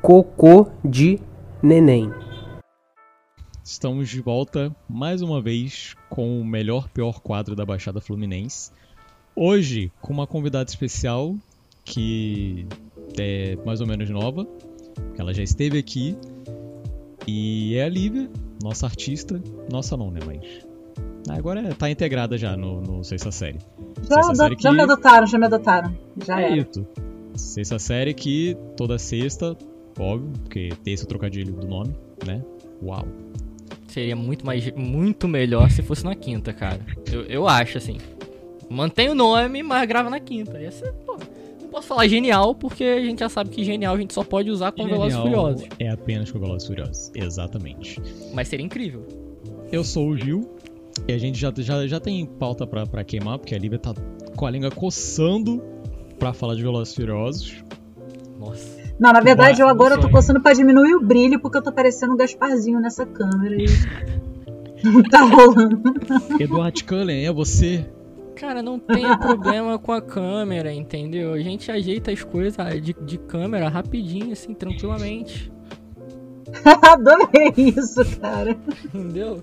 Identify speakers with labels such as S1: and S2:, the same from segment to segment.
S1: cocô de neném.
S2: Estamos de volta mais uma vez com o melhor pior quadro da Baixada Fluminense. Hoje com uma convidada especial que é mais ou menos nova. Ela já esteve aqui e é a Lívia, nossa artista, nossa não, né, mas ah, agora é- tá integrada já no, no sexta série.
S3: Já,
S2: Sexta série
S3: ado- já
S2: que-
S3: me adotaram, já me adotaram. Já
S2: é
S3: é.
S2: isso. Sexta série que toda sexta, óbvio, porque tem esse trocadilho do nome, né? Uau.
S4: Seria muito mais muito melhor se fosse na quinta, cara. Eu, eu acho, assim. Mantém o nome, mas grava na quinta. Ia ser, pô, não posso falar genial, porque a gente já sabe que genial a gente só pode usar com Velozes e
S2: Genial
S4: Furiosos.
S2: É apenas com Velozes e Furiosos. Exatamente.
S4: Mas seria incrível.
S2: Eu sou o Gil e a gente já, já, já tem pauta pra, pra queimar, porque a Lívia tá com a língua coçando pra falar de Velozes e Furiosos.
S4: Nossa.
S3: Não, na verdade, eu
S2: Vai,
S3: agora tô
S4: vai.
S3: coçando pra diminuir o brilho, porque eu tô parecendo um Gasparzinho nessa câmera e. Não tá rolando.
S2: Eduard Cullen, é você?
S4: Cara, não tenha problema com a câmera, entendeu? A gente ajeita as coisas ah, de, de câmera rapidinho, assim, tranquilamente.
S3: Adorei isso, cara.
S4: Entendeu?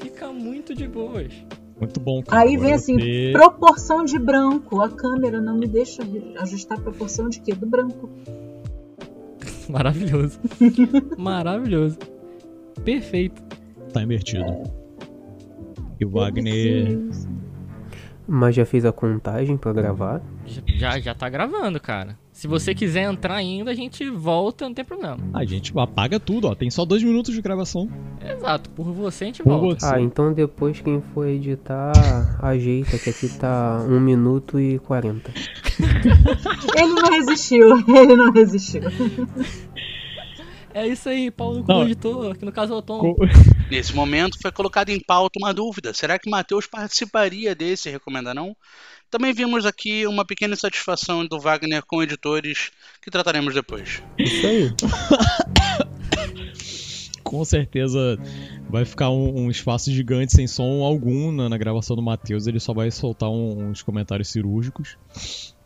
S4: Fica muito de boas.
S2: Muito bom, cara.
S3: Aí vem
S2: Agora
S3: assim,
S2: você-
S3: proporção de branco. A câmera não me deixa ajustar a proporção de quê? Do branco.
S4: Maravilhoso. Maravilhoso. Perfeito.
S2: Tá invertido. E o Wagner.
S1: Mas já fez a contagem pra gravar.
S4: Já- Já, já tá gravando, cara. Se você quiser entrar ainda, a gente volta, não tem problema.
S2: A gente apaga tudo, ó. Tem só dois minutos de gravação.
S4: Exato, por você a gente
S2: Por
S4: volta.
S2: você.
S1: Ah, então depois quem for editar, ajeita que aqui tá 1 minuto e 40.
S3: Ele não resistiu, ele não resistiu.
S4: É isso aí, Paulo
S2: Não,
S4: com o editor, que no caso é o Tom.
S2: Co-
S5: Nesse momento foi colocada em pauta uma dúvida. Será que Matheus participaria desse Recomenda Não? Também vimos aqui uma pequena insatisfação do Wagner com editores que trataremos depois.
S1: Isso aí.
S2: com certeza vai ficar um, um espaço gigante sem som algum na, na gravação do Matheus. Ele só vai soltar um- uns comentários cirúrgicos.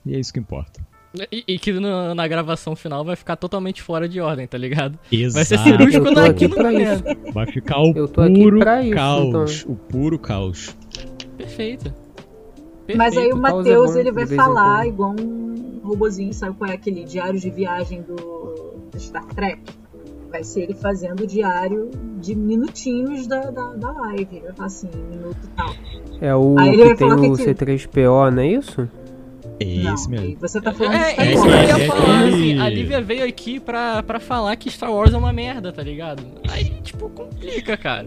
S2: E é isso que importa.
S4: E, e que na, na gravação final vai ficar totalmente fora de ordem, tá ligado? Vai ser
S2: Exato.
S1: Eu
S4: cirúrgico
S1: tô
S4: na-
S1: aqui
S4: aqui no
S1: pra
S4: momento.
S2: Vai ficar o
S1: Eu tô aqui
S2: puro
S1: pra isso, então.
S2: caos. O puro caos.
S4: Perfeito. Perfeito.
S3: Mas aí o
S1: causa é
S3: Matheus,
S1: bom
S3: ele
S1: de
S3: vai
S1: vez em
S3: falar
S1: quando.
S3: igual um robozinho, sabe qual é aquele diário de viagem do Star Trek? Vai ser ele fazendo o diário de minutinhos da, da, da live. Ele vai falar assim, minuto e tal.
S1: É o
S3: Aí ele
S1: que
S3: vai
S1: tem
S3: falar
S1: o
S3: que que-
S1: C3PO, não é isso?
S2: É
S3: Não,
S2: esse
S3: aí
S2: mesmo.
S3: você tá falando de
S4: É,
S3: Star
S2: isso
S4: é isso
S3: Wars.
S4: que eu
S2: aí, é
S4: ia falar,
S2: isso aí.
S4: assim, a Lívia veio aqui pra, pra falar que Star Wars é uma merda, tá ligado? Aí, tipo, complica, cara.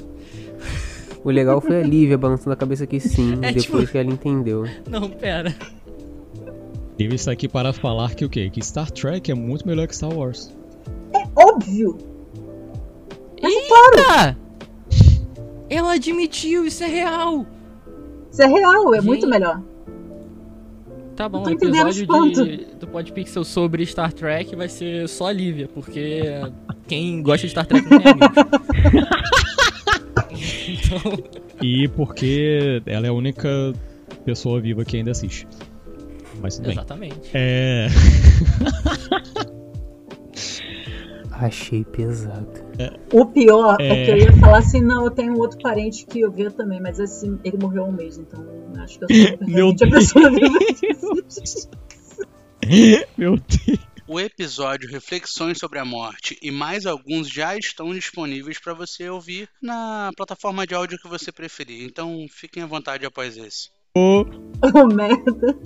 S1: O legal foi a Lívia balançando a cabeça que sim,
S4: É,
S1: depois
S4: tipo-
S1: que ela entendeu.
S4: Não, pera.
S2: Deve estar aqui para falar que o quê? Que Star Trek é muito melhor que Star Wars.
S3: Óbvio!
S4: Tá! Ela admitiu, isso é real!
S3: Isso é real, é
S4: Gente.
S3: muito melhor.
S4: Tá bom, o
S3: Não tô entendendo
S4: episódio
S3: os
S4: de, do Podpixel sobre Star Trek vai ser só a Lívia, porque quem gosta de Star Trek não tem amigos. então,
S2: E porque ela é a única pessoa viva que ainda assiste. Mas tudo bem.
S4: exatamente.
S2: É.
S1: Achei pesado.
S3: O pior é.
S2: É.
S3: que eu ia falar assim, não, eu tenho um outro parente que eu via também, mas assim, ele morreu há um mês, então acho que eu sou
S2: Meu
S3: realmente a pessoa viva.
S2: Meu Deus.
S5: O episódio Reflexões sobre a Morte e mais alguns já estão disponíveis para você ouvir na plataforma de áudio que você preferir. Então fiquem à vontade após esse.
S2: Ô,
S3: Ô, É um merda.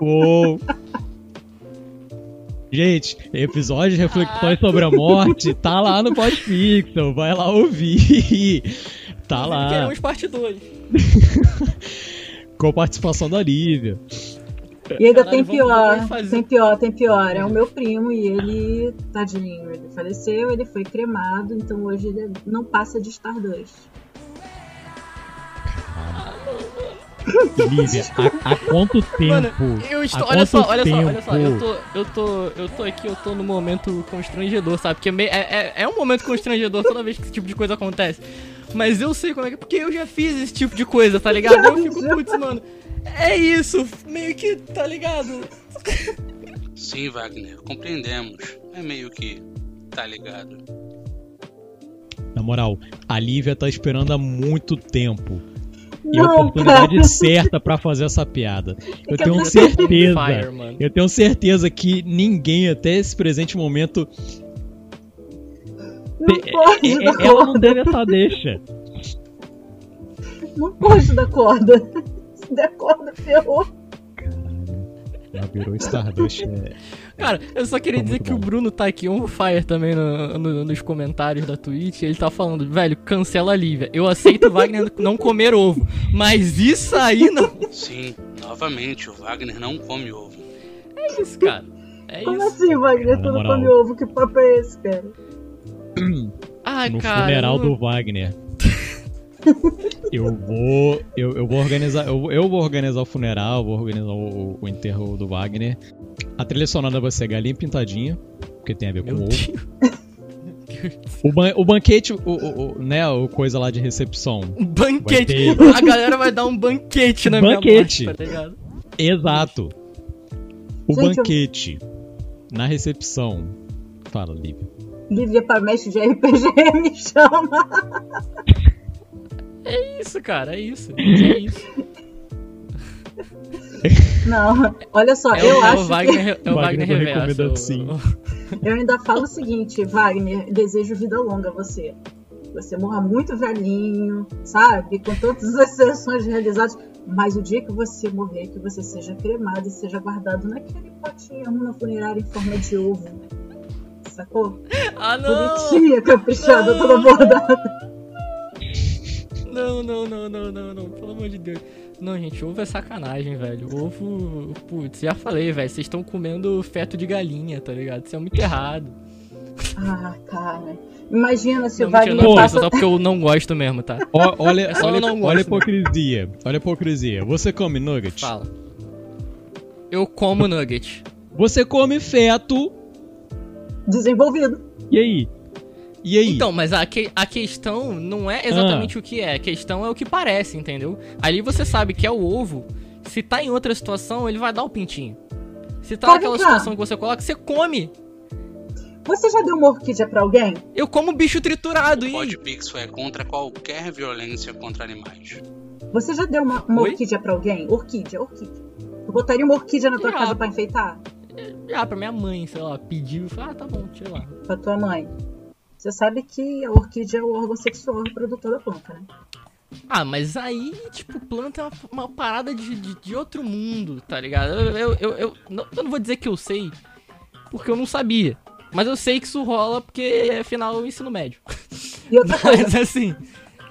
S2: ô. Gente, episódio de reflexões sobre a morte tá lá no Podpixel, vai lá ouvir. Tá
S4: é
S2: lá,
S4: Queremos parte 2.
S2: com a participação da Lívia.
S3: E ainda
S4: Caralho,
S3: tem
S4: vamos-
S3: pior,
S4: vamos fazer.
S3: tem pior, tem pior. É o meu primo e ele, tadinho, ele faleceu, ele foi cremado, então hoje ele não passa de estar dois.
S2: Lívia, há, há quanto
S4: Mano,
S2: tempo?
S4: Eu estou,
S2: há
S4: olha só,
S2: quanto
S4: olha só, olha
S2: tempo?
S4: só, eu tô, eu tô, eu tô aqui, eu tô num momento constrangedor, sabe? Porque é meio- é, é, é um momento constrangedor toda vez que esse tipo de coisa acontece. Mas eu sei como é que é, porque eu já fiz esse tipo de coisa, tá ligado? Eu fico, putz, mano, é isso, meio que, tá ligado?
S5: Sim, Wagner, compreendemos. É meio que tá ligado.
S2: Na moral, a Lívia tá esperando há muito tempo. E a
S3: Não, cara.
S2: oportunidade certa pra fazer essa piada. Eu
S3: Fica
S2: tenho
S3: pra-
S2: certeza.
S4: Fire, mano.
S2: Eu tenho certeza que ninguém até esse presente momento.
S3: Não
S4: é,
S2: e-
S3: pode
S2: e-
S3: dar
S2: é, Ela não
S3: corda.
S2: deve estar deixa.
S3: Não pode dar corda. Se der corda, ferrou.
S2: Ela Tá, virou Stardust. é.
S4: Cara, eu só queria
S2: Ficou
S4: dizer
S2: muito
S4: que o
S2: bom.
S4: Bruno tá aqui on fire também no- no- nos comentários da Twitch. Ele tá falando, velho, cancela a Lívia. Eu aceito o Wagner não comer ovo, mas isso aí não
S5: Sim, novamente, o Wagner não come ovo.
S4: é isso, cara. É
S3: Como
S4: isso.
S3: assim,
S2: Na
S3: Wagner? Tu não
S2: moral.
S3: come ovo? Que papo é esse, cara? Tá
S4: Ah,
S2: no
S4: cara.
S2: funeral
S4: eu não-
S2: do Wagner. Eu vou, eu, eu vou organizar, eu, eu vou organizar o funeral, vou organizar o, o- o enterro do Wagner. A trilha sonora vai ser Galinha Pintadinha, porque tem a ver com
S4: Meu
S2: ovo.
S4: Deus.
S2: O, ban- o banquete, o, o- o- né, o coisa lá de recepção.
S4: Um banquete.
S2: Vai
S4: A galera vai dar um banquete na
S2: Banquete.
S4: minha morte, tá ligado?
S2: Exato. O
S3: Gente, eu-
S2: banquete na recepção. Fala, Lívia.
S3: Lívia pra mestre de RPG me chama.
S4: É isso, cara, é isso. É isso.
S3: Não, olha só,
S4: É
S3: eu
S4: o, é o
S3: acho que
S4: Wagner, é
S2: Wagner
S4: o Wagner
S2: do
S4: Reverso.
S2: Recomendando
S4: o-
S2: Sim.
S3: Eu ainda falo o seguinte, Wagner, desejo vida longa a você. Você morra muito velhinho, sabe? Com todas as sessões realizadas. Mas o dia que você morrer, que você seja cremado e seja guardado naquele potinho na funerária em forma de ovo. Sacou?
S4: Ah, não!
S3: Bonitinha, caprichada, toda bordada.
S4: Não, não, não, não, não, não, pelo amor de Deus. Não, gente, ovo é sacanagem, velho. Ovo, putz, já falei, velho, vocês estão comendo feto de galinha, tá ligado? Isso é muito errado.
S3: Ah, cara. Imagina se
S4: Não,
S3: o
S4: mentira,
S3: Wagner
S4: não,
S3: passa...
S4: passa... só porque eu não gosto mesmo, tá?
S2: Ó, olha,
S4: Essa eu
S2: olha,
S4: não gosto
S2: olha a
S4: mesmo.
S2: hipocrisia. Olha a hipocrisia. Você come nugget?
S4: Fala. Eu como nugget.
S2: Você come feto
S3: Desenvolvido.
S2: E aí? E aí?
S4: Então, mas a, que- a questão não é exatamente o que é, a questão é o que parece, entendeu? Ali você sabe que é o ovo, se tá em outra situação, ele vai dar o pintinho. Se tá
S3: Pode
S4: naquela
S3: entrar.
S4: situação que você coloca, você come.
S3: Você já deu uma orquídea pra alguém?
S4: Eu como bicho triturado,
S5: O
S4: e aí?
S5: Pod Pixel é contra qualquer violência contra animais.
S3: Você já deu uma, uma
S4: Oi?
S3: orquídea pra alguém? Orquídea, orquídea. Eu botaria uma orquídea na tua
S4: Já.
S3: casa pra enfeitar?
S4: Ah, pra minha mãe, sei lá, pediu, eu falei, ah, tá bom, sei lá.
S3: Pra tua mãe. Você sabe que a orquídea é o órgão sexual reprodutor da planta, né?
S4: Ah, mas aí, tipo, planta é uma, uma parada de, de, de outro mundo, tá ligado? Eu, eu, eu, eu, não, eu não vou dizer que eu sei, porque eu não sabia. Mas eu sei que isso rola porque, afinal, eu ensino médio.
S3: E outra coisa,
S4: Mas assim,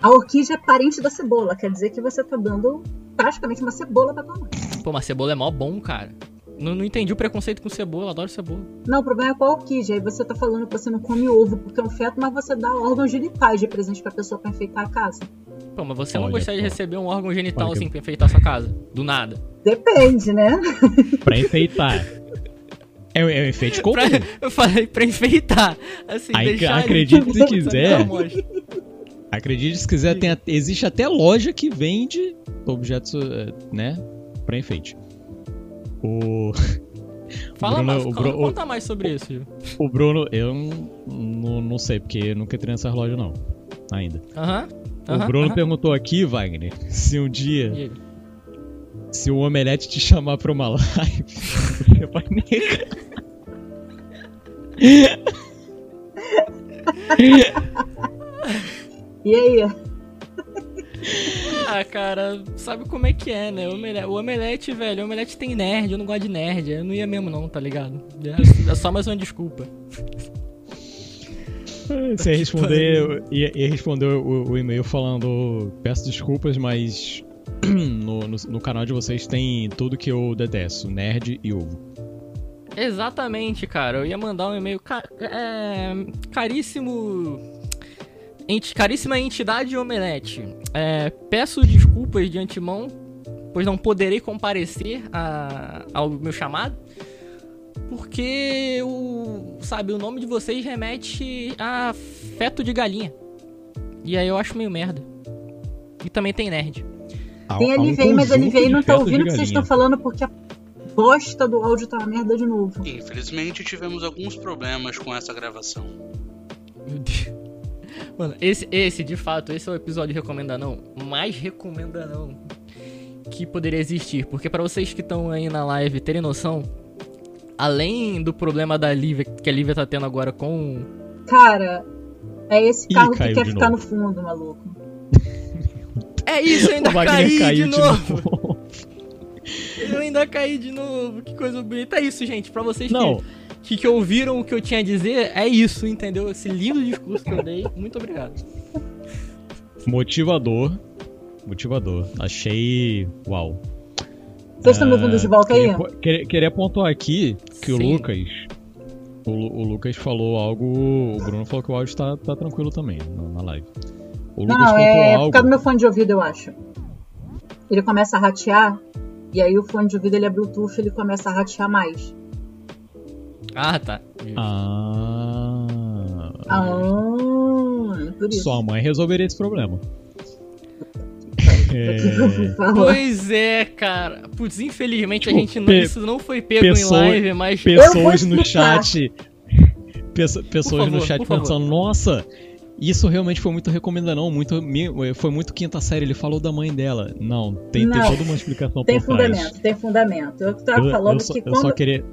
S3: a orquídea é parente da cebola, quer dizer que você tá dando praticamente uma cebola pra tua mãe.
S4: pô, mas cebola é mó bom, cara. Não, não entendi o preconceito com cebola, eu adoro cebola.
S3: Não, o problema é com a orquídea. Aí você tá falando que você não come ovo porque é um feto, mas você dá órgãos genitais de presente pra pessoa pra enfeitar a casa.
S4: Pô, mas você não
S2: Olha
S4: gostaria de
S2: só.
S4: receber um órgão genital
S2: Olha que-
S4: assim pra enfeitar sua casa? Do nada.
S3: Depende, né?
S2: Pra enfeitar. É, um- é um enfeite comum.
S4: Pra- eu falei pra enfeitar. Assim,
S2: Aí,
S4: deixar ali.
S2: acredite se quiser.
S4: Não, mano.
S2: Acredite se quiser, tem a- existe até loja que vende objetos, eh, né? Pra enfeite. O,
S4: Fala
S2: Bruno,
S4: mais,
S2: o
S4: fala-
S2: Bru-
S4: conta mais sobre isso. Gil.
S2: o Bruno, eu não- não, não sei, porque eu nunca entrei nessa loja, não. Ainda.
S4: Aham.
S2: o
S4: aham,
S2: Bruno
S4: aham.
S2: perguntou aqui, Wagner, se um dia,
S4: E ele?
S2: se o Omelete te chamar pra uma live, você vai negar.
S3: E aí?
S2: um-
S4: Ah, cara, sabe como é que é, né? O omelete, o omelete, velho, o omelete tem nerd, eu não gosto de nerd, eu não ia mesmo não, tá ligado? É, é só mais uma desculpa.
S2: Você responder, eu- ia, ia responder o, o e-mail falando: peço desculpas, mas no, no, no canal de vocês tem tudo que eu detesto: nerd e ovo.
S4: Exatamente, cara, eu ia mandar um e-mail, ca- é, caríssimo... enti- caríssima entidade omelete, é, peço desculpas de antemão, pois não poderei comparecer a- ao meu chamado, porque o, sabe, o nome de vocês remete a feto de galinha. E aí eu acho meio merda. E também tem nerd.
S2: Há-
S3: Tem
S2: há
S3: a
S2: um
S3: Livei, mas a
S2: conjunto
S3: Livei
S2: de
S3: não tá
S2: festas um de
S3: ouvindo o que vocês
S2: galinha.
S3: estão falando porque a bosta do áudio tá uma merda de novo.
S5: Infelizmente tivemos alguns problemas com essa gravação.
S4: Meu Deus. Mano, esse, esse, de fato, esse é o episódio Recomenda Não, mais Recomenda Não que poderia existir. Porque pra vocês que estão aí na live terem noção, além do problema da Lívia, que a Lívia tá tendo agora com...
S3: Cara, é esse
S2: Ih,
S3: carro que
S2: caiu
S3: quer
S2: de
S3: ficar
S2: novo.
S3: no fundo, maluco.
S4: É isso, eu ainda
S2: o Wagner
S4: caí
S2: caiu
S4: de novo.
S2: novo.
S4: Eu ainda caí de novo, que coisa bonita. É isso, gente, pra vocês que-
S2: Não,
S4: que, que ouviram o que eu tinha a dizer, é isso, entendeu? Esse lindo discurso que eu dei, muito obrigado.
S2: motivador. Motivador. Achei. Uau.
S3: Vocês estão me ouvindo
S2: Ah,
S3: de volta aí?
S2: Queria, po- queria- queria pontuar aqui que o
S4: Sim.
S2: Lucas. O, Lu- o Lucas falou algo. O Bruno falou que o áudio tá, tá tranquilo também na, na live. O Lucas
S3: Não,
S2: pontuou
S3: é por
S2: algo.
S3: causa do meu fone de ouvido, eu acho. Ele começa a ratear, e aí o fone de ouvido ele é Bluetooth, ele começa a ratear mais.
S4: Ah, tá.
S2: Ah.
S3: Ah, por isso.
S2: Sua mãe resolveria esse problema. É,
S3: Por favor.
S4: Pois é, cara. Putz, infelizmente
S2: Tipo,
S4: a gente não,
S2: pe-
S4: isso não foi pego
S2: pessoa-
S4: em live, mas
S3: Eu vou
S2: pessoas no
S3: explicar.
S2: chat. pesso- pessoas no
S4: favor,
S2: chat
S4: por favor.
S2: pensando, nossa, isso realmente foi muito recomenda não, muito, mi- foi muito quinta série, ele falou da mãe dela. Não, tem, tem
S3: Não.
S2: toda uma explicação
S3: Tem
S2: por trás.
S3: fundamento, tem fundamento. Eu tava
S2: Eu, eu
S3: falando
S2: só,
S3: que
S2: eu só
S3: quando.
S2: queria,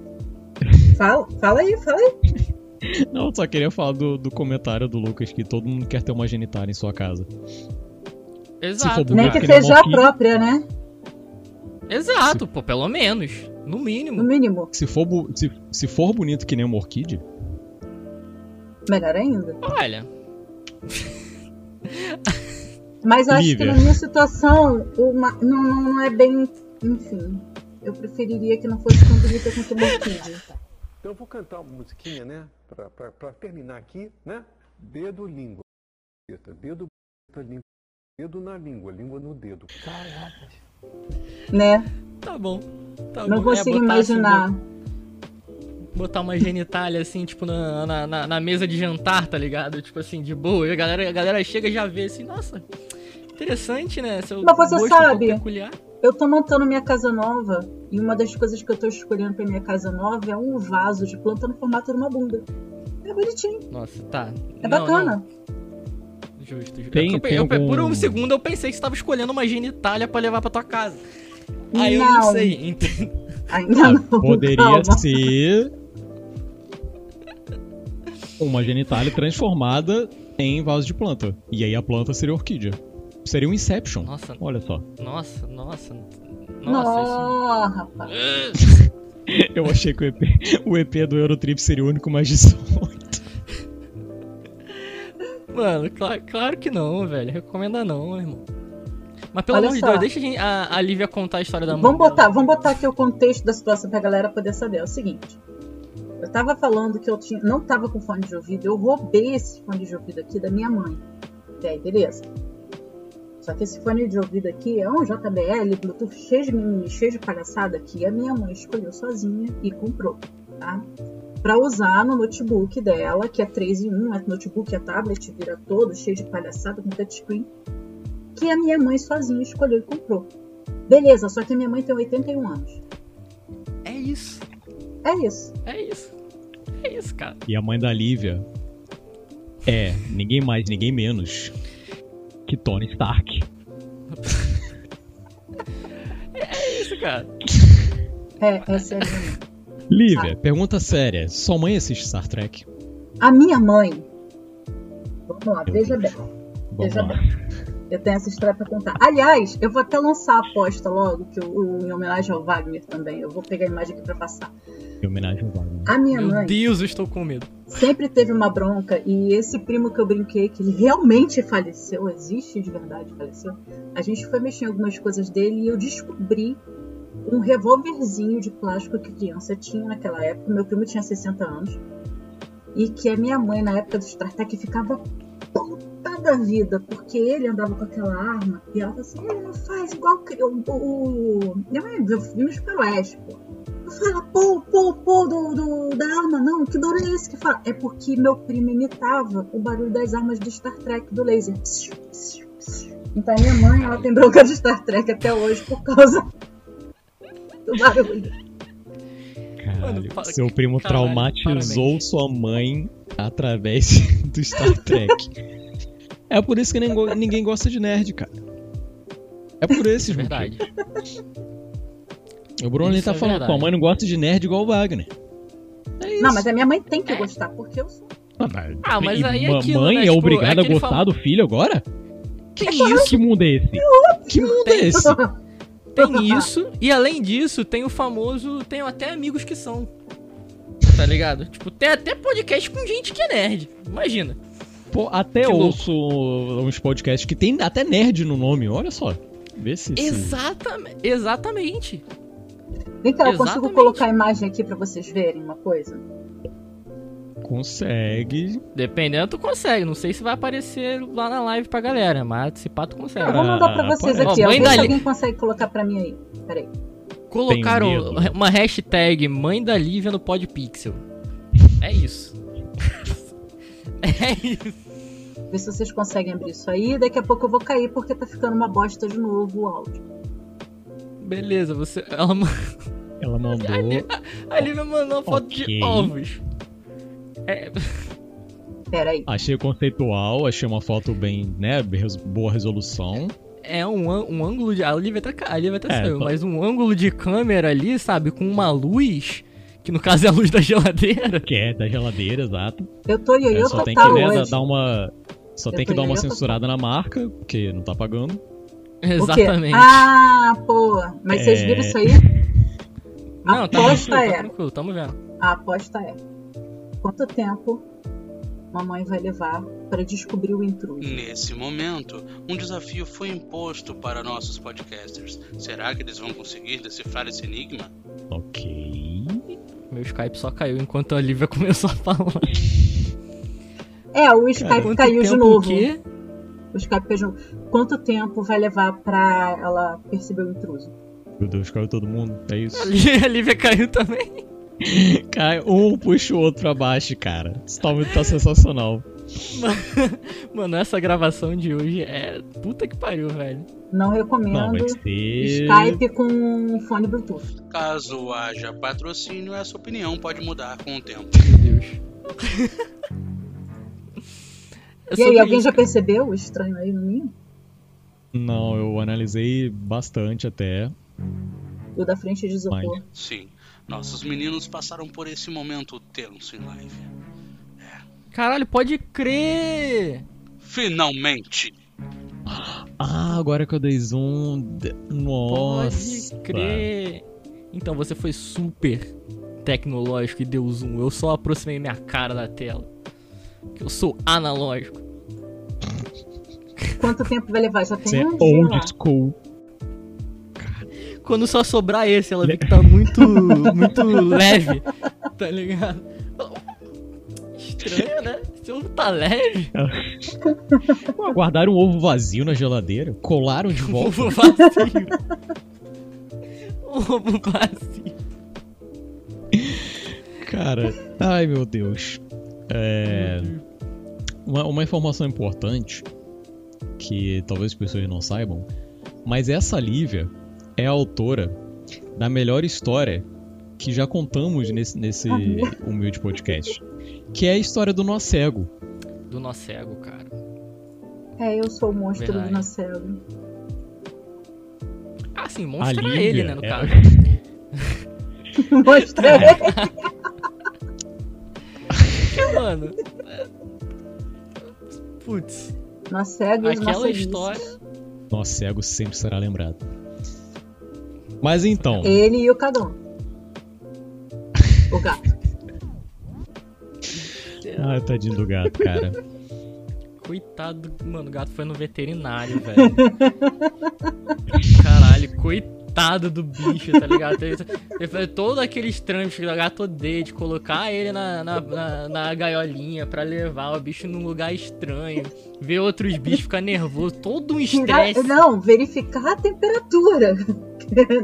S3: Fala, fala aí, fala aí.
S2: não, eu só queria falar do, do comentário do Lucas que todo mundo quer ter uma genitária em sua casa.
S4: Exato,
S2: for
S3: Nem
S2: Porque
S3: que
S4: cara.
S2: ele é
S3: seja a
S2: mó-
S3: própria, né?
S4: Exato, pô, pelo menos.
S3: No
S4: No mínimo.
S3: mínimo.
S2: Se for, bu- se, se for bonito que nem uma orquídea,
S3: Melhor ainda.
S4: Olha.
S3: Mas eu acho
S2: Lívia.
S3: que na minha situação, uma- não, não, não é bem. Enfim. Eu preferiria que não fosse tão bonita quanto o Borquídeo.
S6: Então eu vou cantar uma musiquinha, né? Pra, pra, pra terminar aqui, né? Dedo, língua. Buceta, Dedo, buceta, língua. Dedo na língua, língua no dedo.
S3: Né?
S4: Tá bom. Tá
S3: Não
S4: bom.
S3: consigo
S4: botar assim,
S3: imaginar.
S4: botar uma genitália assim, tipo, na, na, na- na mesa de jantar, tá ligado? Tipo assim, de boa. E a galera, a galera chega e já vê assim, nossa, interessante, né? Seu
S3: Mas você
S4: gosto
S3: sabe-
S4: tão peculiar.
S3: Eu tô montando minha casa nova e uma das coisas que eu tô escolhendo pra minha casa nova é um vaso de planta no formato de uma bunda. É bonitinho,
S4: Nossa, tá.
S3: é
S4: Não,
S3: bacana.
S4: não. Justo, justo.
S2: Tem-
S4: Eu- eu-
S2: tem
S4: eu-
S2: algum-
S4: Por um segundo eu pensei que você tava escolhendo uma genitália pra levar pra tua casa. Aí Ah, eu não
S3: Não.
S4: sei, entende?
S3: Ainda
S2: ah,
S3: não.
S2: poderia
S3: calma.
S2: ser uma genitália transformada em vaso de planta. E aí a planta seria orquídea. Seria um Inception.
S4: Nossa,
S2: Olha só.
S4: nossa, nossa. Nossa, isso.
S3: Nossa, rapaz.
S2: Eu achei que o EP, o EP do Eurotrip seria o único mais de
S4: Mano, claro, claro que não, velho. Recomenda não, irmão. Mas pelo
S3: Olha
S4: amor de
S3: só.
S4: Deus, deixa a, gente, a, a Lívia contar a história da mãe.
S3: Vamos
S4: dela.
S3: botar, vamos botar aqui o contexto da situação pra galera poder saber. É o seguinte. Eu tava falando que eu tinha, não tava com fone de ouvido, eu roubei esse fone de ouvido aqui da minha mãe. Até aí, beleza. Só que esse fone de ouvido aqui é um JBL, Bluetooth cheio de mimimi, cheio de palhaçada, que a minha mãe escolheu sozinha e comprou, tá? Pra usar no notebook dela, que é 3 em 1, é notebook, é tablet, vira todo, cheio de palhaçada, com touchscreen, que a minha mãe sozinha escolheu e comprou. Beleza, só que a minha mãe tem 81 anos.
S4: É isso,
S3: É isso.
S4: é isso. É isso, cara.
S2: E a mãe da Lívia é ninguém mais, ninguém menos que Tony Stark.
S4: É isso, cara.
S3: É, essa é a minha. mãe. Ah.
S2: Lívia, pergunta séria. Sua mãe assiste Star Trek?
S3: A minha mãe. Vamos lá, veja bem.
S2: Vamos
S3: Veja
S2: lá.
S3: Eu tenho essa história pra contar. Aliás, eu vou até lançar a aposta logo, que o, em homenagem ao Wagner também. Eu vou pegar a imagem aqui pra passar.
S2: Em homenagem ao Wagner.
S3: A minha
S4: Meu
S3: mãe
S4: Deus, eu estou com medo.
S3: sempre teve uma bronca, e esse primo que eu brinquei, que ele realmente faleceu, existe de verdade, faleceu. A gente foi mexer em algumas coisas dele e eu descobri um revólverzinho de plástico que criança tinha naquela época. Meu primo tinha 60 anos. E que a minha mãe, na época do Star Trek, ficava puta da vida, porque ele andava com aquela arma e ela falou assim: ele não faz igual cri- o. o, o... Não é do filme Faroeste, pô. Não fala pô, pô, pô do, do- da arma, não. Que barulho é esse que fala? É porque meu primo imitava o barulho das armas do Star Trek, do laser. Então minha mãe, ela tem bronca de Star Trek até hoje por causa do barulho.
S2: Caralho,
S4: Mano, pa-
S2: seu primo
S4: caralho,
S2: traumatizou
S4: parabéns.
S2: sua mãe através do Star Trek. é por isso que nem go- ninguém gosta de nerd, cara. É por esses
S4: Verdade.
S2: motivos. O Bruno ele
S4: Isso
S2: tá
S4: é
S2: falando,
S4: verdade.
S2: tua mãe não gosta de nerd igual o Wagner. É isso.
S3: Não, mas a minha mãe tem que
S4: É.
S3: gostar, porque eu sou.
S4: Ah, mas
S2: E
S4: aí é
S2: ma-
S4: aquilo,
S2: mãe
S4: né?
S2: é
S4: Tipo,
S2: obrigada
S4: é
S2: a
S4: aquele
S2: gostar
S4: fam-
S2: do filho agora?
S4: Que isso?
S2: Que mundo é esse? Que mundo é esse?
S4: Tem isso. E além disso, tem o famoso. Tenho até amigos que são. Tá ligado? Tipo, tem até podcast com gente que é nerd. Imagina.
S2: Pô, até
S4: Que
S2: ouço uns podcasts que tem até nerd no nome, olha só. Vê se. se-
S4: Exatamente. Exatamente.
S3: Vem cá, eu consigo
S4: Exatamente.
S3: colocar a imagem aqui pra vocês verem uma coisa?
S2: Consegue.
S4: Dependendo, tu consegue. Não sei se vai aparecer lá na live pra galera, mas se pá, tu consegue.
S3: Eu vou mandar pra
S2: Ah,
S3: vocês
S2: parece.
S3: aqui.
S4: Ó,
S3: ó. Vê
S4: mãe
S3: se
S4: da Li-
S3: alguém consegue colocar pra mim aí. Peraí.
S4: Colocaram
S2: medo.
S4: uma hashtag mãe da Lívia no Podpixel. É isso. é isso.
S3: Vê se vocês conseguem abrir isso aí. Daqui a pouco eu vou cair porque tá ficando uma bosta de novo o áudio.
S4: Beleza, você. Ela ma-
S2: Ela mandou.
S4: A Lívia mandou uma foto
S2: Ok.
S4: de ovos. É,
S3: Peraí.
S2: Achei conceitual, achei uma foto bem, né? bem res- Boa resolução.
S4: é um, an- um ângulo de. A Lívia até, ca- a Lívia até
S2: É,
S4: saiu,
S2: tá.
S4: mas um ângulo de câmera ali, sabe? Com uma luz, que no caso é a luz da geladeira.
S2: Que é da geladeira, exato.
S3: Eu tô
S2: É,
S3: ioiô
S2: só tem que
S3: total
S2: né, da-
S3: hoje.
S2: dar uma. Só
S3: Eu
S2: tem que
S3: tô
S2: dar uma
S3: olhando, eu tô-
S2: censurada na marca, porque não tá pagando.
S3: O quê?
S4: Exatamente.
S3: Ah, pô. Mas vocês
S2: É.
S3: viram isso aí? A
S4: Não, tá
S3: aposta
S4: tranquilo, tá
S3: é.
S4: tranquilo, tamo vendo.
S3: A aposta é. Quanto tempo mamãe vai levar pra descobrir o intruso?
S5: Nesse momento, um desafio foi imposto para nossos podcasters. Será que eles vão conseguir decifrar esse enigma?
S2: Ok.
S4: Meu Skype só caiu enquanto a Lívia começou a falar.
S3: É, o Skype
S4: Quanto
S3: caiu de
S4: tempo
S3: novo.
S4: que-
S3: O Skype caiu de novo. Quanto tempo vai levar pra ela perceber o intruso?
S2: Meu Deus, caiu todo mundo. É
S4: A
S2: isso.
S4: Lívia, a Lívia caiu também.
S2: Cai um, puxa o outro pra baixo, cara. Esse tá, tá sensacional.
S4: Mano, essa gravação de hoje é. Puta que pariu, velho.
S3: Não recomendo.
S2: Não, vai ser.
S3: Skype com fone Bluetooth.
S5: Caso haja patrocínio, essa opinião pode mudar com o tempo.
S4: Meu Deus. É
S3: E
S4: sobre
S3: aí, alguém
S4: isso,
S3: já
S4: cara.
S3: percebeu o estranho aí no ninho?
S2: Não, eu analisei bastante até.
S3: O da frente de isopor.
S2: Mãe.
S5: Sim, nossos meninos passaram por esse momento tenso em live.
S4: Caralho, pode crer!
S5: Finalmente!
S2: Ah, agora que eu dei zoom. de- Nossa.
S4: Pode crer! Então você foi super tecnológico e deu zoom. Eu só aproximei minha cara da tela. Que eu sou analógico.
S3: Quanto tempo vai levar? Já
S2: Você
S3: tem
S2: é
S3: um dia lá.
S2: old school.
S4: Quando só sobrar esse, ela vê que tá muito. muito leve. Tá ligado? Estranho, né? Esse ovo tá leve.
S2: Pô, Guardaram um ovo vazio na geladeira, colaram de volta.
S4: Ovo vazio. Ovo vazio.
S2: Cara, ai meu Deus. É. Uma, uma informação importante que talvez as pessoas não saibam, mas essa Lívia é a autora da melhor história que já contamos nesse, nesse humilde podcast, que é a história do nó cego.
S4: Do nosso cego, cara.
S3: É, eu sou o monstro
S4: Verdade.
S3: do Nacelo.
S4: Ah, sim,
S2: A
S4: monstro era
S2: Lívia
S4: ele, né, no
S2: é-
S4: caso.
S3: Monstro
S4: Mano. é. Putz.
S3: Nós cegos, nós
S4: Aquela
S3: ceguistas.
S4: história.
S2: Nó cego sempre será lembrado. Mas então,
S3: Ele e o Cadão. O gato.
S2: ai tadinho do gato, cara.
S4: Coitado. do- Mano, o gato foi no veterinário, velho. Caralho, coitado do bicho, tá ligado? Ele ele fez todo aqueles trâmites que o gato odeia de colocar ele na, na, na- na gaiolinha pra levar o bicho num lugar estranho, ver outros bichos ficar nervoso, todo um
S3: Tirar-
S4: estresse.
S3: Não, verificar a temperatura.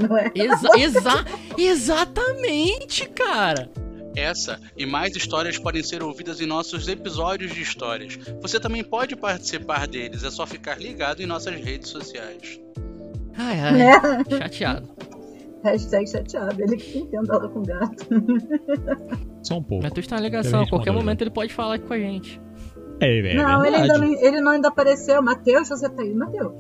S3: Não é?
S4: Exa exa exatamente, cara.
S5: Essa e mais histórias podem ser ouvidas em nossos episódios de histórias. Você também pode participar deles, é só ficar ligado em nossas redes sociais.
S4: Ai,
S3: Né?
S4: ai, chateado.
S3: Hashtag chateado. Ele que entenda ela com gato.
S2: Só um pouco.
S4: Matheus tá na
S2: Então
S4: ligação,
S2: a
S4: a
S2: gente
S4: qualquer
S2: mandou,
S4: momento ele pode falar aqui com a gente.
S2: É, é
S3: não, ele, ainda
S2: verdade.
S3: não, ele não ainda apareceu. Matheus, você tá aí? Matheus.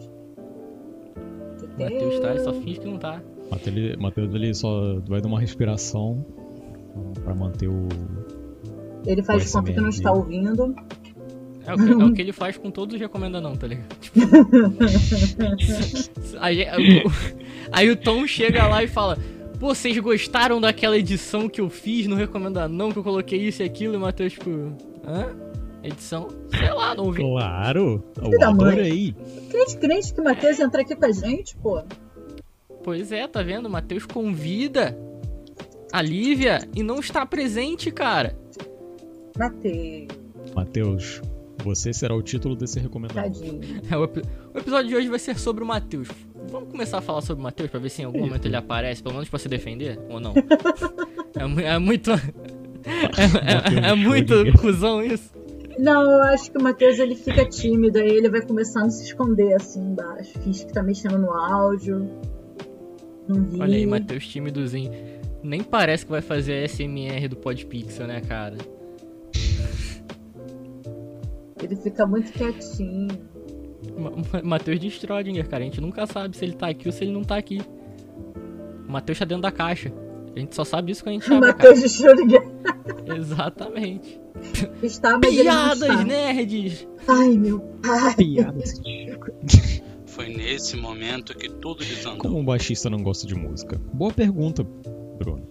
S4: Matheus tá, ele só finge que não tá.
S2: Matheus, ele- Matheus ele só vai dar uma respiração então, pra manter o.
S3: Ele faz
S2: Pois
S3: de conta que não
S2: merda.
S3: está ouvindo.
S4: É o, que, é o que ele faz com todos os recomenda não, tá ligado? Tipo... a gen- o- aí o Tom chega lá e fala: Pô, vocês gostaram daquela edição que eu fiz no recomenda não, que eu coloquei isso e aquilo, e o Matheus, tipo, hã? Edição? Sei lá, não vi.
S2: Claro!
S3: da
S2: Eu
S3: mãe.
S2: adorei!
S3: Crente, crente que o Matheus entra aqui com a gente, pô.
S4: Pois é, tá vendo? O Matheus convida a Lívia e não está presente, cara.
S3: Matheus,
S2: Matheus, você será o título desse recomendado.
S3: tadinho.
S4: É, O, epi- o episódio de hoje vai ser sobre o Matheus. Vamos começar a falar sobre o Matheus pra ver se em algum momento ele aparece, pelo menos pra se defender ou não. é, mu- é muito. É, é- é muito
S2: Schrödinger.
S4: cuzão isso.
S3: Não, eu acho que o Matheus ele fica tímido, aí ele vai começando a se esconder assim embaixo. Finge que tá mexendo no áudio. Não ri.
S4: Olha aí, Matheus tímidozinho. Nem parece que vai fazer a SMR do Podpixel, né, cara?
S3: Ele fica muito quietinho.
S4: Ma- Ma- Matheus de Schrödinger, cara. A gente nunca sabe se ele tá aqui ou se ele não tá aqui. O Matheus tá dentro da caixa. A gente só sabe isso quando a gente
S3: O
S4: abre a caixa.
S3: Matheus de Schrödinger
S4: Exatamente.
S3: está, mas ele não está.
S4: Piadas né? nerds!
S3: Ai, meu pai.
S1: Piada.
S5: Foi nesse momento que tudo desandou.
S2: Como um baixista não gosta de música? Boa pergunta, Bruno.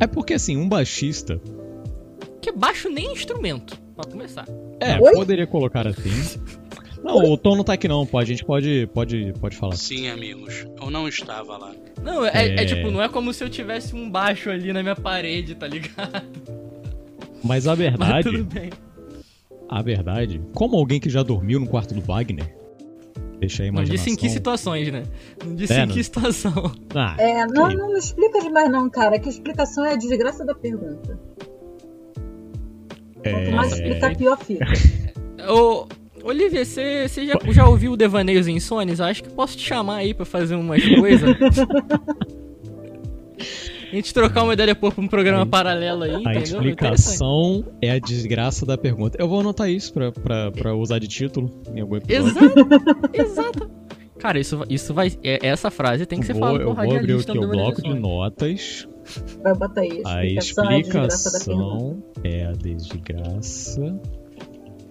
S2: É porque assim, um baixista.
S4: Que baixo nem instrumento, pra começar.
S2: É,
S3: Oi?
S2: poderia colocar assim. Não, o Tom não tá aqui não, pô. A gente pode, pode, pode falar.
S5: Sim, amigos, eu não estava lá.
S4: Não, é, é
S2: É.
S4: tipo, não é como se eu tivesse um baixo ali na minha parede, tá ligado?
S2: Mas a
S4: Mas
S2: verdade,
S4: tudo bem.
S2: a verdade, como alguém que já dormiu no quarto do Wagner, deixa aí
S4: Não
S2: imaginação.
S4: disse em que situações, né? Não disse
S2: É,
S4: em
S2: não-
S4: que situação.
S2: Ah,
S3: É, não,
S2: que-
S3: não me explica demais não, cara. Que explicação é a desgraça da pergunta.
S2: É,
S3: Quanto mais explicar, pior fica.
S4: Ô, Olivia, você você já, já ouviu o Devaneios Insones? Acho que posso te chamar aí pra fazer umas coisas. A gente trocar uma ideia depois pra um programa
S2: Aí-
S4: paralelo aí,
S2: A
S4: entendeu? Interessante.
S2: explicação é a desgraça da pergunta. Eu vou anotar isso pra, pra, pra usar de título em algum episódio.
S4: Exato, exato. Cara, isso, isso vai. é- Essa frase tem que ser
S2: Eu
S4: falada
S2: vou,
S4: por
S2: eu vou abrir
S4: radialista
S2: aqui o
S4: do
S2: bloco de
S4: Devaneios
S2: notas.
S3: Vai botar aí.
S2: A
S3: explicação é a desgraça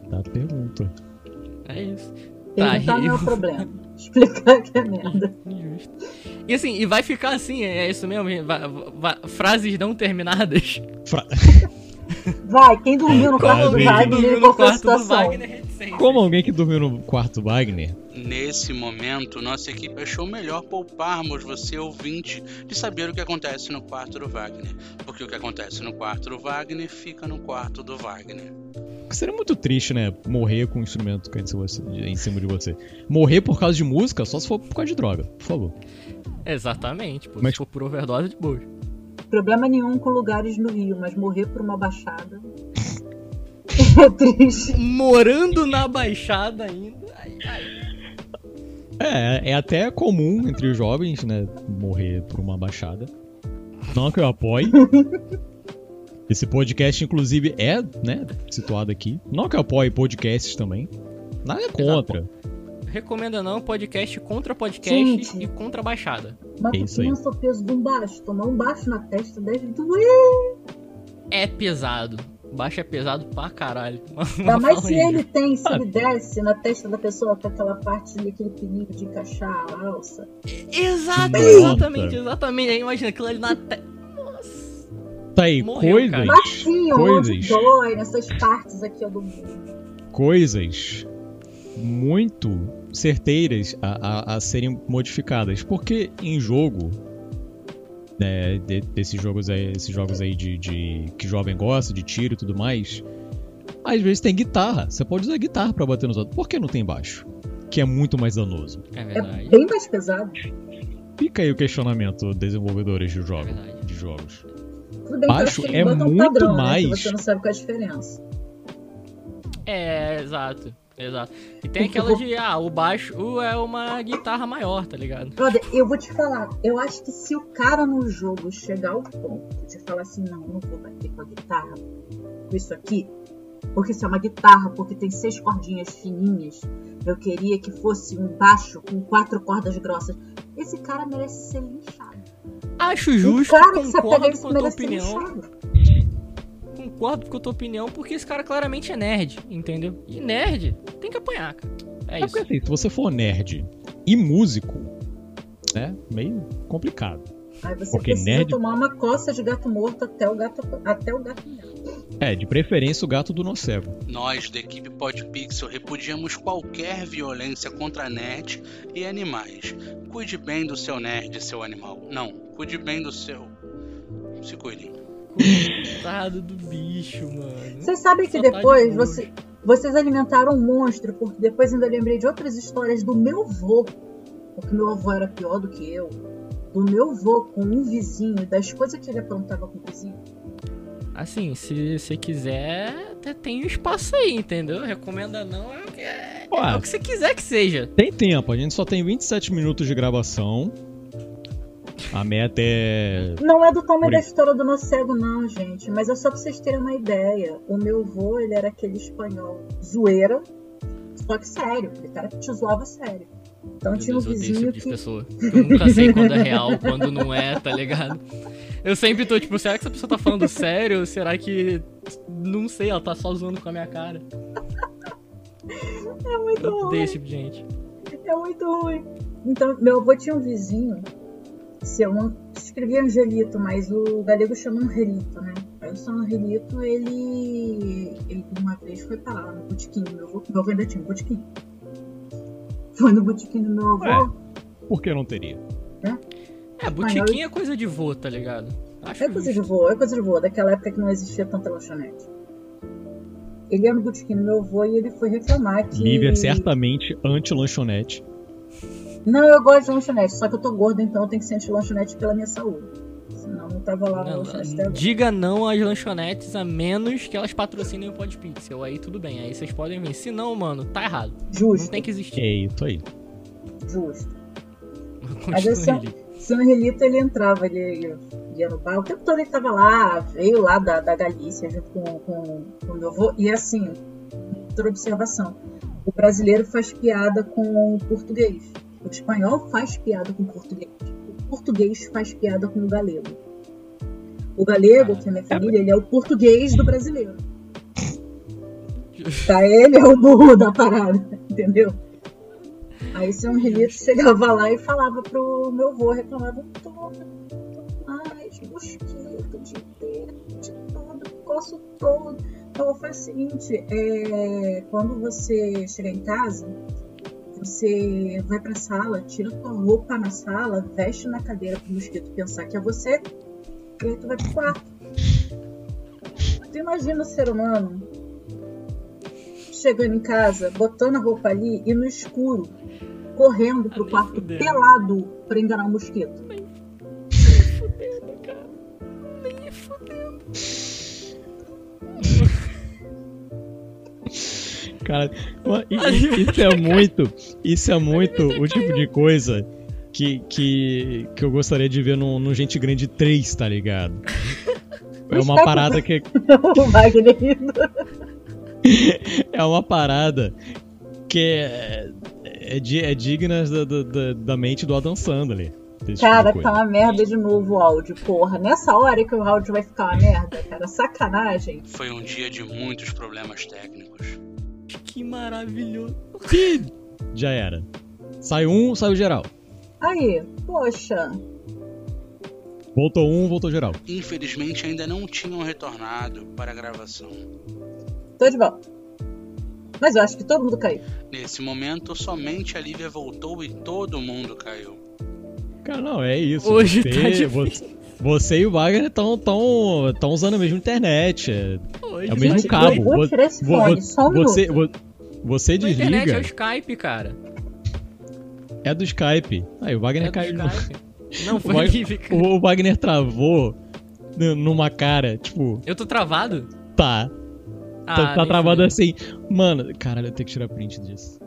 S3: da pergunta.
S2: explicação é a é desgraça da pergunta.
S4: Insones. É isso. Tá,
S3: Perguntar não é
S4: eu-
S3: o problema. Explicar que é merda.
S4: Justo. E assim, e vai ficar assim, é é isso mesmo, gente, va- va- frases não terminadas.
S3: Vai, quem dormiu no
S2: Como
S3: quarto do
S2: alguém
S3: Wagner, qual foi a situação?
S4: reticente.
S2: Como alguém que dormiu no quarto Wagner,
S5: Nesse momento, nossa equipe achou melhor pouparmos você, ouvinte, de saber o que acontece no quarto do Wagner. Porque o que acontece no quarto do Wagner fica no quarto do Wagner.
S2: seria muito triste, né? Morrer com um instrumento que é em cima de- em cima de você. Morrer por causa de música, só se for por causa de droga, por favor.
S4: Exatamente, pô.
S2: Mas-
S4: Se for por overdose, de boa.
S3: Problema nenhum com lugares no Rio, mas morrer por uma baixada. é triste.
S4: Morando na Baixada ainda.
S2: É, é até comum entre os jovens, né? Morrer por uma baixada. Não que eu apoie. Esse podcast, inclusive, é, né, situado aqui. Não que eu apoie podcasts também. Nada contra.
S4: Recomenda não, podcast contra podcast
S3: Gente.
S4: e contra Baixada.
S3: Mas
S2: É isso aí.
S3: lança o peso de um baixo. Tomar um baixo na testa deve doer.
S4: É pesado. Baixa é pesado pra caralho.
S3: Ainda mais se
S4: horrível.
S3: ele tem, se
S2: Ah.
S3: ele desce na testa da pessoa com aquela parte ali, aquele perigo de encaixar a alça.
S4: Exato,
S2: Nossa.
S4: exatamente, exatamente. Aí imagina aquilo ali na te... Nossa.
S2: Tá aí,
S4: Morreu,
S2: coisas.
S4: cara.
S3: Assim, onde
S2: Coisas.
S3: dói, nessas partes aqui ó, do mundo.
S2: Coisas muito certeiras a, a- a serem modificadas. Porque em jogo. né, de- desses jogos aí, esses jogos aí de, de- que jovem gosta, de tiro e tudo mais. Às vezes tem guitarra. Você pode usar guitarra pra bater nos outros. Por que não tem baixo? Que é muito mais danoso.
S4: É
S3: É
S4: verdade.
S3: bem mais pesado.
S2: Fica aí o questionamento, desenvolvedores de, jogo,
S4: É verdade.
S2: de jogos.
S3: Tudo bem,
S2: Baixo
S3: que eu acho que
S2: é
S3: eles botam um
S2: muito
S3: padrão, né, que
S2: mais.
S3: você não sabe qual é a diferença.
S4: É, exato. Exato. E tem aquela de, ah, o baixo é uma guitarra maior, tá ligado?
S3: Brother, eu vou te falar, eu acho que se o cara no jogo chegar ao ponto de falar assim, não, eu não vou bater com a guitarra, com isso aqui, porque isso é uma guitarra, porque tem seis cordinhas fininhas, eu queria que fosse um baixo com quatro cordas grossas, esse cara merece ser linchado.
S4: Acho
S3: O
S4: justo,
S3: cara que se apega a
S4: concordo
S3: isso
S4: com a tua
S3: merece ser
S4: opinião.
S3: linchado.
S4: Concordo com a tua opinião, porque esse cara claramente é nerd, entendeu? E nerd tem que apanhar, cara. É
S2: É porque
S4: isso.
S2: assim, se você for nerd e músico, é meio complicado.
S3: Aí você
S2: Porque
S3: precisa
S2: nerd-
S3: tomar uma coça de gato morto até o gato até o gato morto.
S2: É, de preferência o gato do Nocebo.
S5: Nós, da equipe Podpixel, repudiamos qualquer violência contra net e animais. Cuide bem do seu nerd, seu animal. Não, cuide bem do seu. Se cuidem.
S4: Coitado do bicho, mano.
S3: Vocês sabem que
S4: Só tá de
S3: depois
S4: nojo.
S3: você- vocês alimentaram um monstro, porque depois ainda lembrei de outras histórias do meu avô, porque meu avô era pior do que eu. Do meu avô com um vizinho, das coisas que ele aprontava com o vizinho.
S4: Assim, se você quiser, até tem um espaço aí, entendeu? Recomenda não, é o que, é
S2: Ué.
S4: o que você quiser que seja.
S2: Tem tempo, a gente só tem 27 minutos de gravação. A meta é.
S3: Não é do tamanho
S2: Por
S3: da
S2: isso.
S3: história do nosso cego, não, gente. Mas é só pra vocês terem uma ideia. O meu avô, ele era aquele espanhol zoeira, só que sério. Ele cara que te zoava sério. Então
S4: Meu
S3: tinha um
S4: Deus, eu odeio esse
S3: vizinho
S4: tipo de
S3: que
S4: pessoa. Eu nunca sei quando é real, quando não é, tá ligado? Eu sempre tô tipo, será que essa pessoa tá falando sério? Será que. Não sei, ela tá só zoando com a minha cara.
S3: é muito
S4: Eu
S3: ruim.
S4: odeio esse tipo de gente.
S3: É muito ruim. Então, meu avô tinha um vizinho. Se eu não escrevi Angelito, mas o galego chama Angelito, né? Aí o São Angelito, ele. Ele uma vez foi parar lá no botequim do meu avô. Meu avô ainda tinha um botequim. Foi no botequim do meu avô.
S2: Ué. Por que não teria?
S4: É, botiquinha é coisa de vô, tá ligado? Acho
S3: É coisa de
S4: justo.
S3: voo, é coisa de voo. Daquela época que não existia tanta lanchonete. Ele ia no botequim do meu avô e ele foi reclamar que.
S2: Lívia é certamente anti-lanchonete.
S3: Não, eu gosto de lanchonete, só que eu tô gorda, então eu tenho que ser anti-lanchonete pela minha saúde. Senão eu não tava lá na
S4: Não,
S3: lanchonete até agora.
S4: né, diga não às lanchonetes a menos que elas patrocinem o Podpixel. Aí tudo bem, aí vocês podem vir. Se não, mano, tá errado. Não
S3: Justo,
S4: tem que existir.
S2: É isso aí.
S3: justo. Mas é
S4: Continua
S3: eu só-
S4: ele.
S3: Se o Relito ele entrava, ele ia, ia no bar, o tempo todo ele tava lá, veio lá da, da Galícia junto com, com, com o meu avô, e assim, outra observação: o brasileiro faz piada com o português, o espanhol faz piada com o português, o português faz piada com o galego. O galego, que é minha família, ele é o português do brasileiro. Tá, ele é o burro da parada, entendeu? Aí seu Angelito chegava lá e falava pro meu avô, reclamava todo, mais, mosquito, de dedo, de tudo, coço todo. Então faz o seguinte, é, quando você chegar em casa, você vai pra sala, tira tua roupa na sala, veste na cadeira pro mosquito pensar que é você, e aí tu vai pro quarto. Tu imagina o ser humano chegando em casa, botando a roupa ali e no escuro, correndo pro
S4: Ah, nem
S3: quarto
S4: fudendo.
S3: pelado pra enganar o mosquito.
S2: Cara, e- e- isso é muito. Isso é muito o tipo de coisa que, que, que eu gostaria de ver no, no Gente Grande 3, tá ligado? É uma parada que,
S3: o Wagner rindo.
S2: é uma parada que é, é, di- é digna da, da- da- da mente do Adam Sandler. Esse tipo
S3: Cara,
S2: de
S3: tá
S2: coisa.
S3: uma merda de novo o áudio, porra. Nessa hora que o áudio vai ficar uma merda, cara. Sacanagem.
S5: Foi um dia de muitos problemas técnicos.
S4: Que maravilhoso.
S2: Já era. Sai um, saiu geral.
S3: Aí, poxa.
S2: Voltou um, voltou geral.
S5: Infelizmente ainda não tinham retornado para a gravação.
S3: Tô de volta. Mas eu acho que todo mundo caiu.
S5: Nesse momento, somente a Lívia voltou e todo mundo caiu.
S2: Cara, não, é isso.
S4: Hoje
S2: você,
S4: tá difícil.
S2: você, você e o Wagner estão tão, tão usando a mesma internet. É,
S4: Hoje
S2: é o mesmo
S4: gente,
S2: cabo.
S3: eu vou
S2: Vo-
S3: tirar esse
S2: vo-
S3: fone,
S2: vo-
S3: só um
S2: você, vo- você
S4: A internet é o
S2: desliga.
S4: Skype, cara.
S2: É do Skype. Aí o Wagner
S4: É do
S2: caiu. de novo.
S4: Skype. Não,
S2: Vai-
S4: foi livre, cara.
S2: O, o Wagner travou n- numa cara, tipo,
S4: Eu tô travado?
S2: tá. tá, tá
S4: Ah, nem
S2: travado
S4: fudeu.
S2: assim. Mano, caralho, eu tenho que tirar print disso.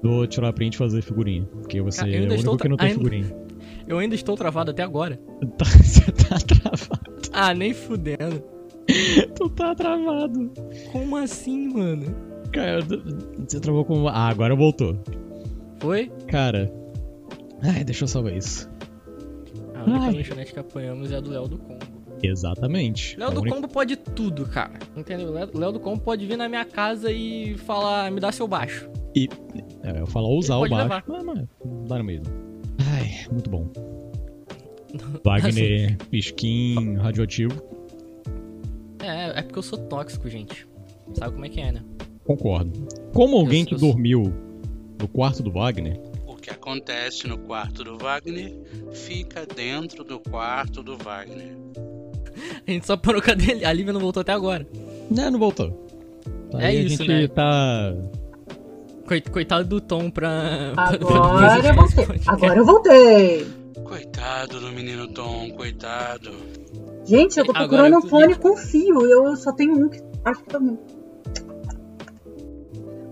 S2: Vou tirar print e fazer figurinha. Porque você
S4: Cara, eu
S2: é o
S4: ainda
S2: único
S4: estou
S2: que não
S4: tra-
S2: tem
S4: ainda-
S2: figurinha.
S4: Eu ainda estou travado até agora.
S2: Tá, você tá travado.
S4: Ah, nem fudendo.
S2: Tu tá travado.
S4: Como assim, mano?
S2: Cara, eu tô- você travou com. Ah, agora voltou.
S4: Foi?
S2: Cara. Ai, deixa eu salvar isso.
S4: Ah, A única
S2: Ai.
S4: lanchonete que apanhamos é a do Léo do Combo.
S2: Exatamente.
S4: Léo
S2: É
S4: do
S2: o único-
S4: Combo pode tudo, cara. Entendeu? Léo Léo do Combo pode vir na minha casa e falar, me dá seu baixo.
S2: É, eu falo usar o
S4: Ele pode
S2: baixo.
S4: levar.
S2: Mas, mas dá no mesmo. Ai, muito bom. Wagner, Pisquim, radioativo.
S4: É, é porque eu sou tóxico, gente. Sabe como é que é, né?
S2: Concordo. Como alguém
S4: Eu-
S2: que
S4: eu-
S2: dormiu no quarto do Wagner,
S5: O que acontece no quarto do Wagner fica dentro do quarto do Wagner.
S4: A gente só parou cadê ele? A Lívia não voltou até agora.
S2: né, não voltou.
S4: É
S2: Aí
S4: isso,
S2: a gente
S4: né?
S2: tá.
S4: Coi- Coitado do Tom pra.
S3: Agora eu voltei.
S4: Podcast.
S3: Agora eu voltei.
S5: Coitado do menino Tom, coitado.
S3: Gente, eu tô
S4: Agora
S3: procurando
S4: eu
S3: um
S4: tô-
S3: fone com fio. Eu só tenho um que acho que tá ruim.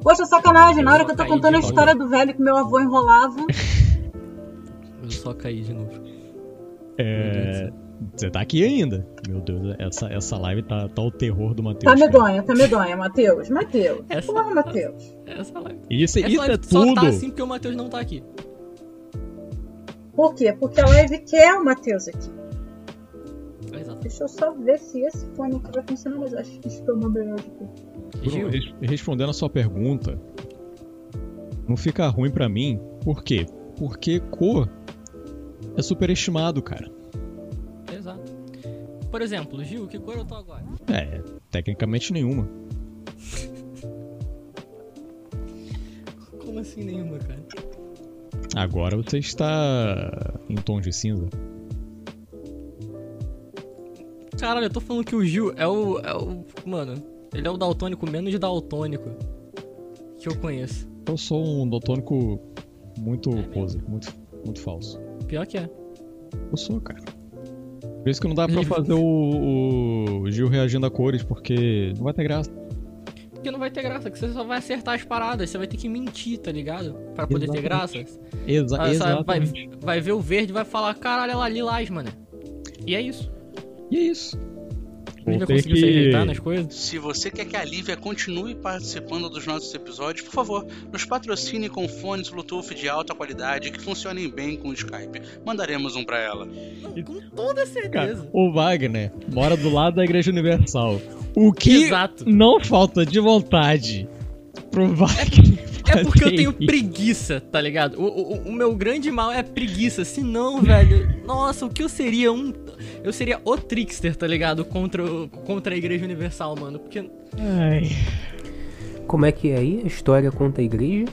S3: Poxa, sacanagem. Na hora que eu tô
S4: Eu vou
S3: contando a
S4: cair de
S3: história do velho que meu avô enrolava.
S4: Eu só caí de novo.
S2: É, Você tá aqui ainda. Meu Deus, essa, essa live tá, tá o terror do Matheus.
S3: Tá
S2: cara.
S3: medonha, tá medonha, Matheus. Matheus.
S4: Essa-
S3: Porra, Matheus.
S4: Essa live.
S2: Isso,
S4: Essa
S2: isso é
S4: live só
S2: tudo.
S4: tá assim porque o Matheus não tá aqui.
S3: Por quê? Porque a live quer o Matheus aqui.
S4: Exato.
S3: Deixa eu só ver se esse fone aqui vai funcionar, mas acho que isso foi uma melhor aqui.
S2: Bruno,
S4: Gil,
S2: res- respondendo a sua pergunta, não fica ruim pra mim. Por quê? Porque cor é superestimado, cara.
S4: exato. Por exemplo, Gil, que cor eu tô agora?
S2: É, tecnicamente nenhuma.
S4: Como assim nenhuma, cara?
S2: Agora você está em tom de cinza.
S4: Caralho, eu tô falando que o Gil é o. É o mano, ele é o daltônico menos daltônico que eu conheço.
S2: Eu sou um daltônico muito
S4: É
S2: pose, muito, muito falso.
S4: Pior que é.
S2: Eu sou, cara. Por isso que não dá pra fazer o, o Gil reagindo a cores, porque não vai ter graça.
S4: Porque não vai ter graça, que você só vai acertar as paradas, você vai ter que mentir, tá ligado? Pra poder ter
S2: Exatamente.
S4: graça.
S2: Exa
S4: Ah, sabe, vai,
S2: exatamente.
S4: vai ver o verde e vai falar, caralho, ela lilás, mano. E é isso.
S2: E é isso. Vou
S4: Ele vai
S2: ter
S4: conseguir se né? ajeitar nas
S2: que...
S4: coisas.
S5: Se você quer que a Lívia continue participando dos nossos episódios, por favor, nos patrocine com fones Bluetooth de alta qualidade que funcionem bem com o Skype. Mandaremos um pra ela.
S4: Não, com toda
S2: Cara,
S4: certeza.
S2: o Wagner mora do lado da Igreja Universal. O que
S4: Exato.
S2: não falta de vontade pro Wagner.
S4: É porque eu tenho
S2: fazer
S4: preguiça, tá ligado? O, o- o meu grande mal é a preguiça. Se não, velho, nossa, o que eu seria um. Eu seria o Trickster, tá ligado? Contra, o- contra a Igreja Universal, mano. Porque.
S2: Ai.
S1: Como é que é aí? A história contra a igreja?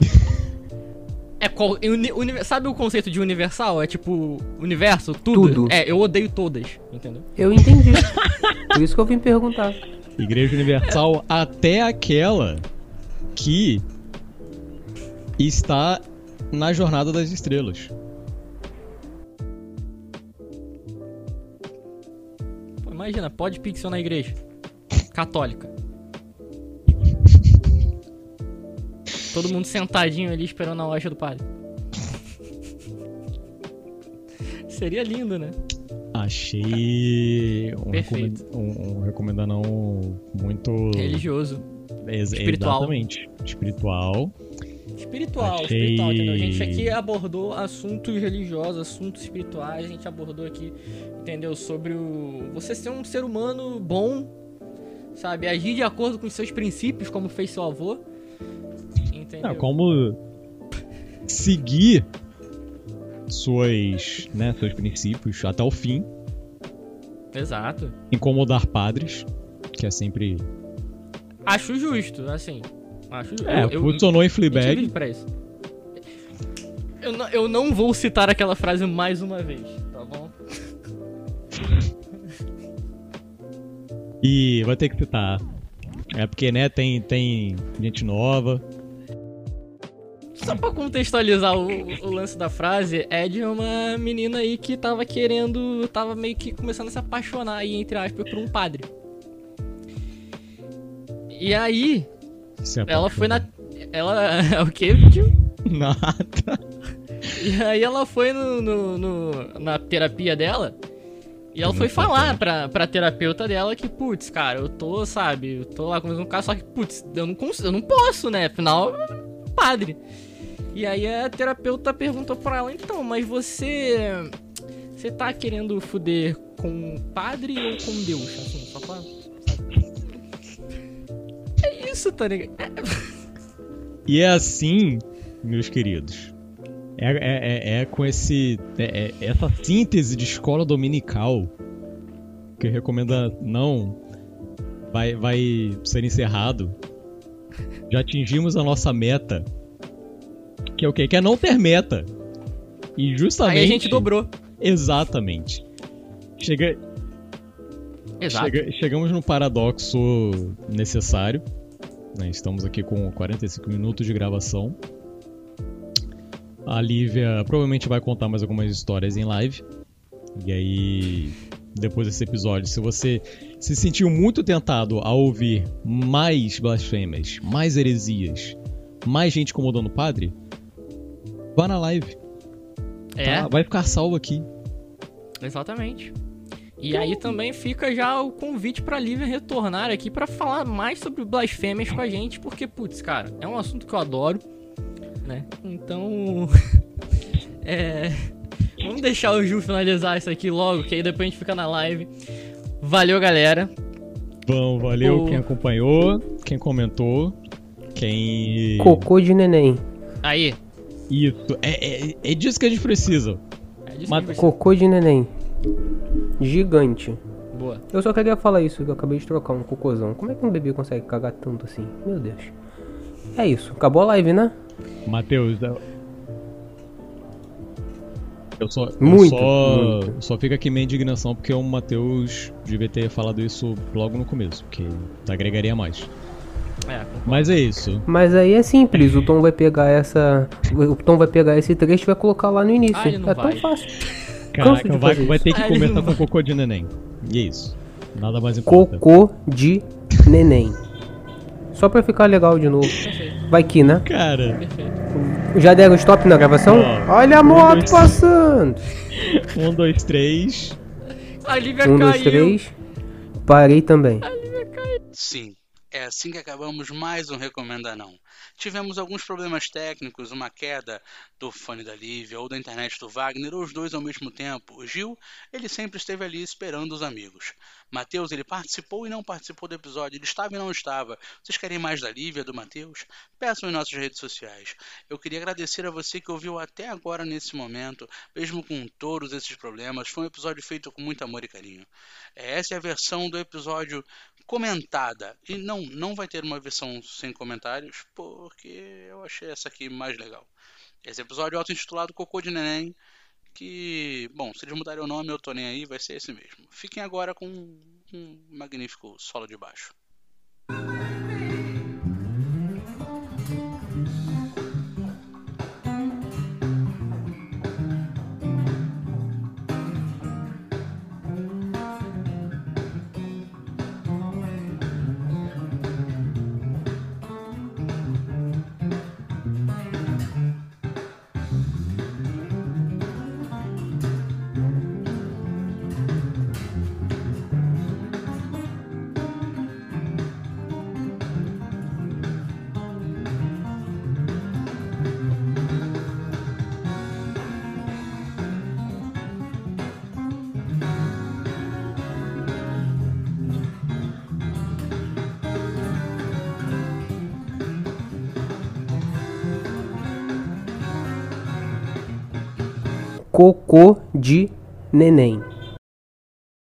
S4: É qual. uni- uni- sabe o conceito de universal? É tipo. Universo, tudo?
S1: Tudo.
S4: É, eu odeio todas, entendeu?
S1: Eu entendi. Por isso que eu vim perguntar.
S2: Igreja Universal até aquela que está na Jornada das Estrelas.
S4: Pô, imagina, pode pixel na igreja. Católica. Todo mundo sentadinho ali esperando a loja do padre. Seria lindo, né?
S2: Achei um,
S4: Perfeito.
S2: recomenda- um- um recomendadão muito
S4: Religioso.
S2: Ex-
S4: espiritual.
S2: Exatamente. Espiritual.
S4: Espiritual,
S2: Achei.
S4: espiritual, entendeu? A gente aqui abordou assuntos religiosos, assuntos espirituais, a gente abordou aqui, entendeu? Sobre o você ser um ser humano bom, sabe? Agir de acordo com os seus princípios, como fez seu avô. Entendeu?
S2: Não, como seguir suas, né, seus princípios até o fim,
S4: Exato.
S2: incomodar padres, que é sempre
S4: Acho justo, assim. Acho justo.
S2: É, funcionou em
S4: eu
S2: Fleabag.
S4: tive pra isso. Eu não, eu não vou citar aquela frase mais uma vez, tá bom?
S2: E vai ter que citar. É porque, né, tem, tem gente nova.
S4: Só pra contextualizar o, o lance da frase, é de uma menina aí que tava querendo. tava meio que começando a se apaixonar aí, entre aspas, por um padre. E aí,
S2: Você
S4: ela
S2: apaixonou.
S4: foi na. Ela. é O quê, tio?
S2: Nada.
S4: E aí ela foi no, no- no- na terapia dela e ela
S2: Não
S4: foi
S2: tá
S4: falar
S2: bem.
S4: pra, pra terapeuta dela que, putz, cara, eu tô, sabe, eu tô lá conversando com o cara, só que, putz, eu não consigo, eu não posso, né? Afinal, padre. E aí a terapeuta perguntou pra ela, então, mas você. Você tá querendo fuder com o padre ou com Deus? Assim, só pra. É isso, tá ligado? É,
S2: E é assim, meus queridos. É, é- é- é com esse, é- é- essa síntese de escola dominical que a recomendação vai, vai ser encerrado. Já atingimos a nossa meta. Que é o quê? Que é não ter meta. E justamente.
S4: aí a gente dobrou.
S2: Exatamente. Chega,
S4: Exato.
S2: Chega- chegamos num paradoxo necessário. né? Estamos aqui com 45 minutos de gravação. A Lívia provavelmente vai contar mais algumas histórias em live. E aí, depois desse episódio, se você se sentiu muito tentado a ouvir mais blasfêmias, mais heresias, mais gente incomodando o padre, vá na live.
S4: É.
S2: tá? Vai ficar salvo aqui.
S4: Exatamente. E aí também fica já o convite pra Lívia retornar aqui pra falar mais sobre blasfêmias com a gente, porque, putz, cara, é um assunto que eu adoro, né? Então. é. Vamos deixar o Ju finalizar isso aqui logo, que aí depois a gente fica na live. Valeu, galera.
S2: Bom, valeu
S4: O-
S2: quem acompanhou, quem comentou, quem.
S1: Cocô de neném.
S4: Aí.
S2: Isso, é, é, é disso que a gente precisa.
S4: É disso
S2: Mas-
S4: que você-
S1: Cocô de neném. Gigante.
S4: Boa.
S1: Eu só queria falar isso, que eu acabei de trocar um cocôzão. Como é que um bebê consegue cagar tanto assim? Meu Deus. É isso. Acabou a live, né?
S2: Matheus, eu- eu só. eu
S1: Muito,
S2: só, só fica aqui minha indignação porque o Matheus devia ter falado isso logo no começo, porque agregaria mais.
S4: É,
S2: Mas é isso.
S1: Mas aí é simples, o Tom vai pegar essa. O Tom vai pegar esse trecho e vai colocar lá no início.
S4: Ah, ele não
S1: é
S4: vai.
S1: tão fácil. Cansa
S2: Caraca,
S1: de
S2: vai,
S1: fazer é
S2: vai
S1: isso.
S2: ter que
S4: Ah, ele
S2: começar
S4: não
S2: com cocô de neném. E é isso. Nada mais importa.
S1: Cocô de neném. Só pra ficar legal de novo.
S4: perfeito,
S1: Vai que, né?
S2: Cara,
S4: perfeito.
S1: Já deram stop na gravação?
S2: Não.
S1: Olha a
S2: Um,
S1: moto
S2: dois,
S1: passando!
S2: um, dois, três.
S4: A Lívia
S1: Um, dois,
S4: caiu.
S1: três. Parei também.
S5: Sim, é assim que acabamos mais um Recomenda Não. Tivemos alguns problemas técnicos, uma queda do fone da Lívia ou da internet do Wagner, ou os dois ao mesmo tempo. O Gil, ele sempre esteve ali esperando os amigos. Matheus, ele participou e não participou do episódio, ele estava e não estava. Vocês querem mais da Lívia, do Matheus? Peçam em nossas redes sociais. Eu queria agradecer a você que ouviu até agora nesse momento, mesmo com todos esses problemas. Foi um episódio feito com muito amor e carinho. É, Essa é a versão do episódio comentada. E não, não vai ter uma versão sem comentários, porque eu achei essa aqui mais legal. Esse episódio é auto-intitulado Cocô de Neném, que, bom, se eles mudarem o nome, eu tô nem aí, vai ser esse mesmo. Fiquem agora com um- um magnífico solo de baixo.
S1: Cocô de neném.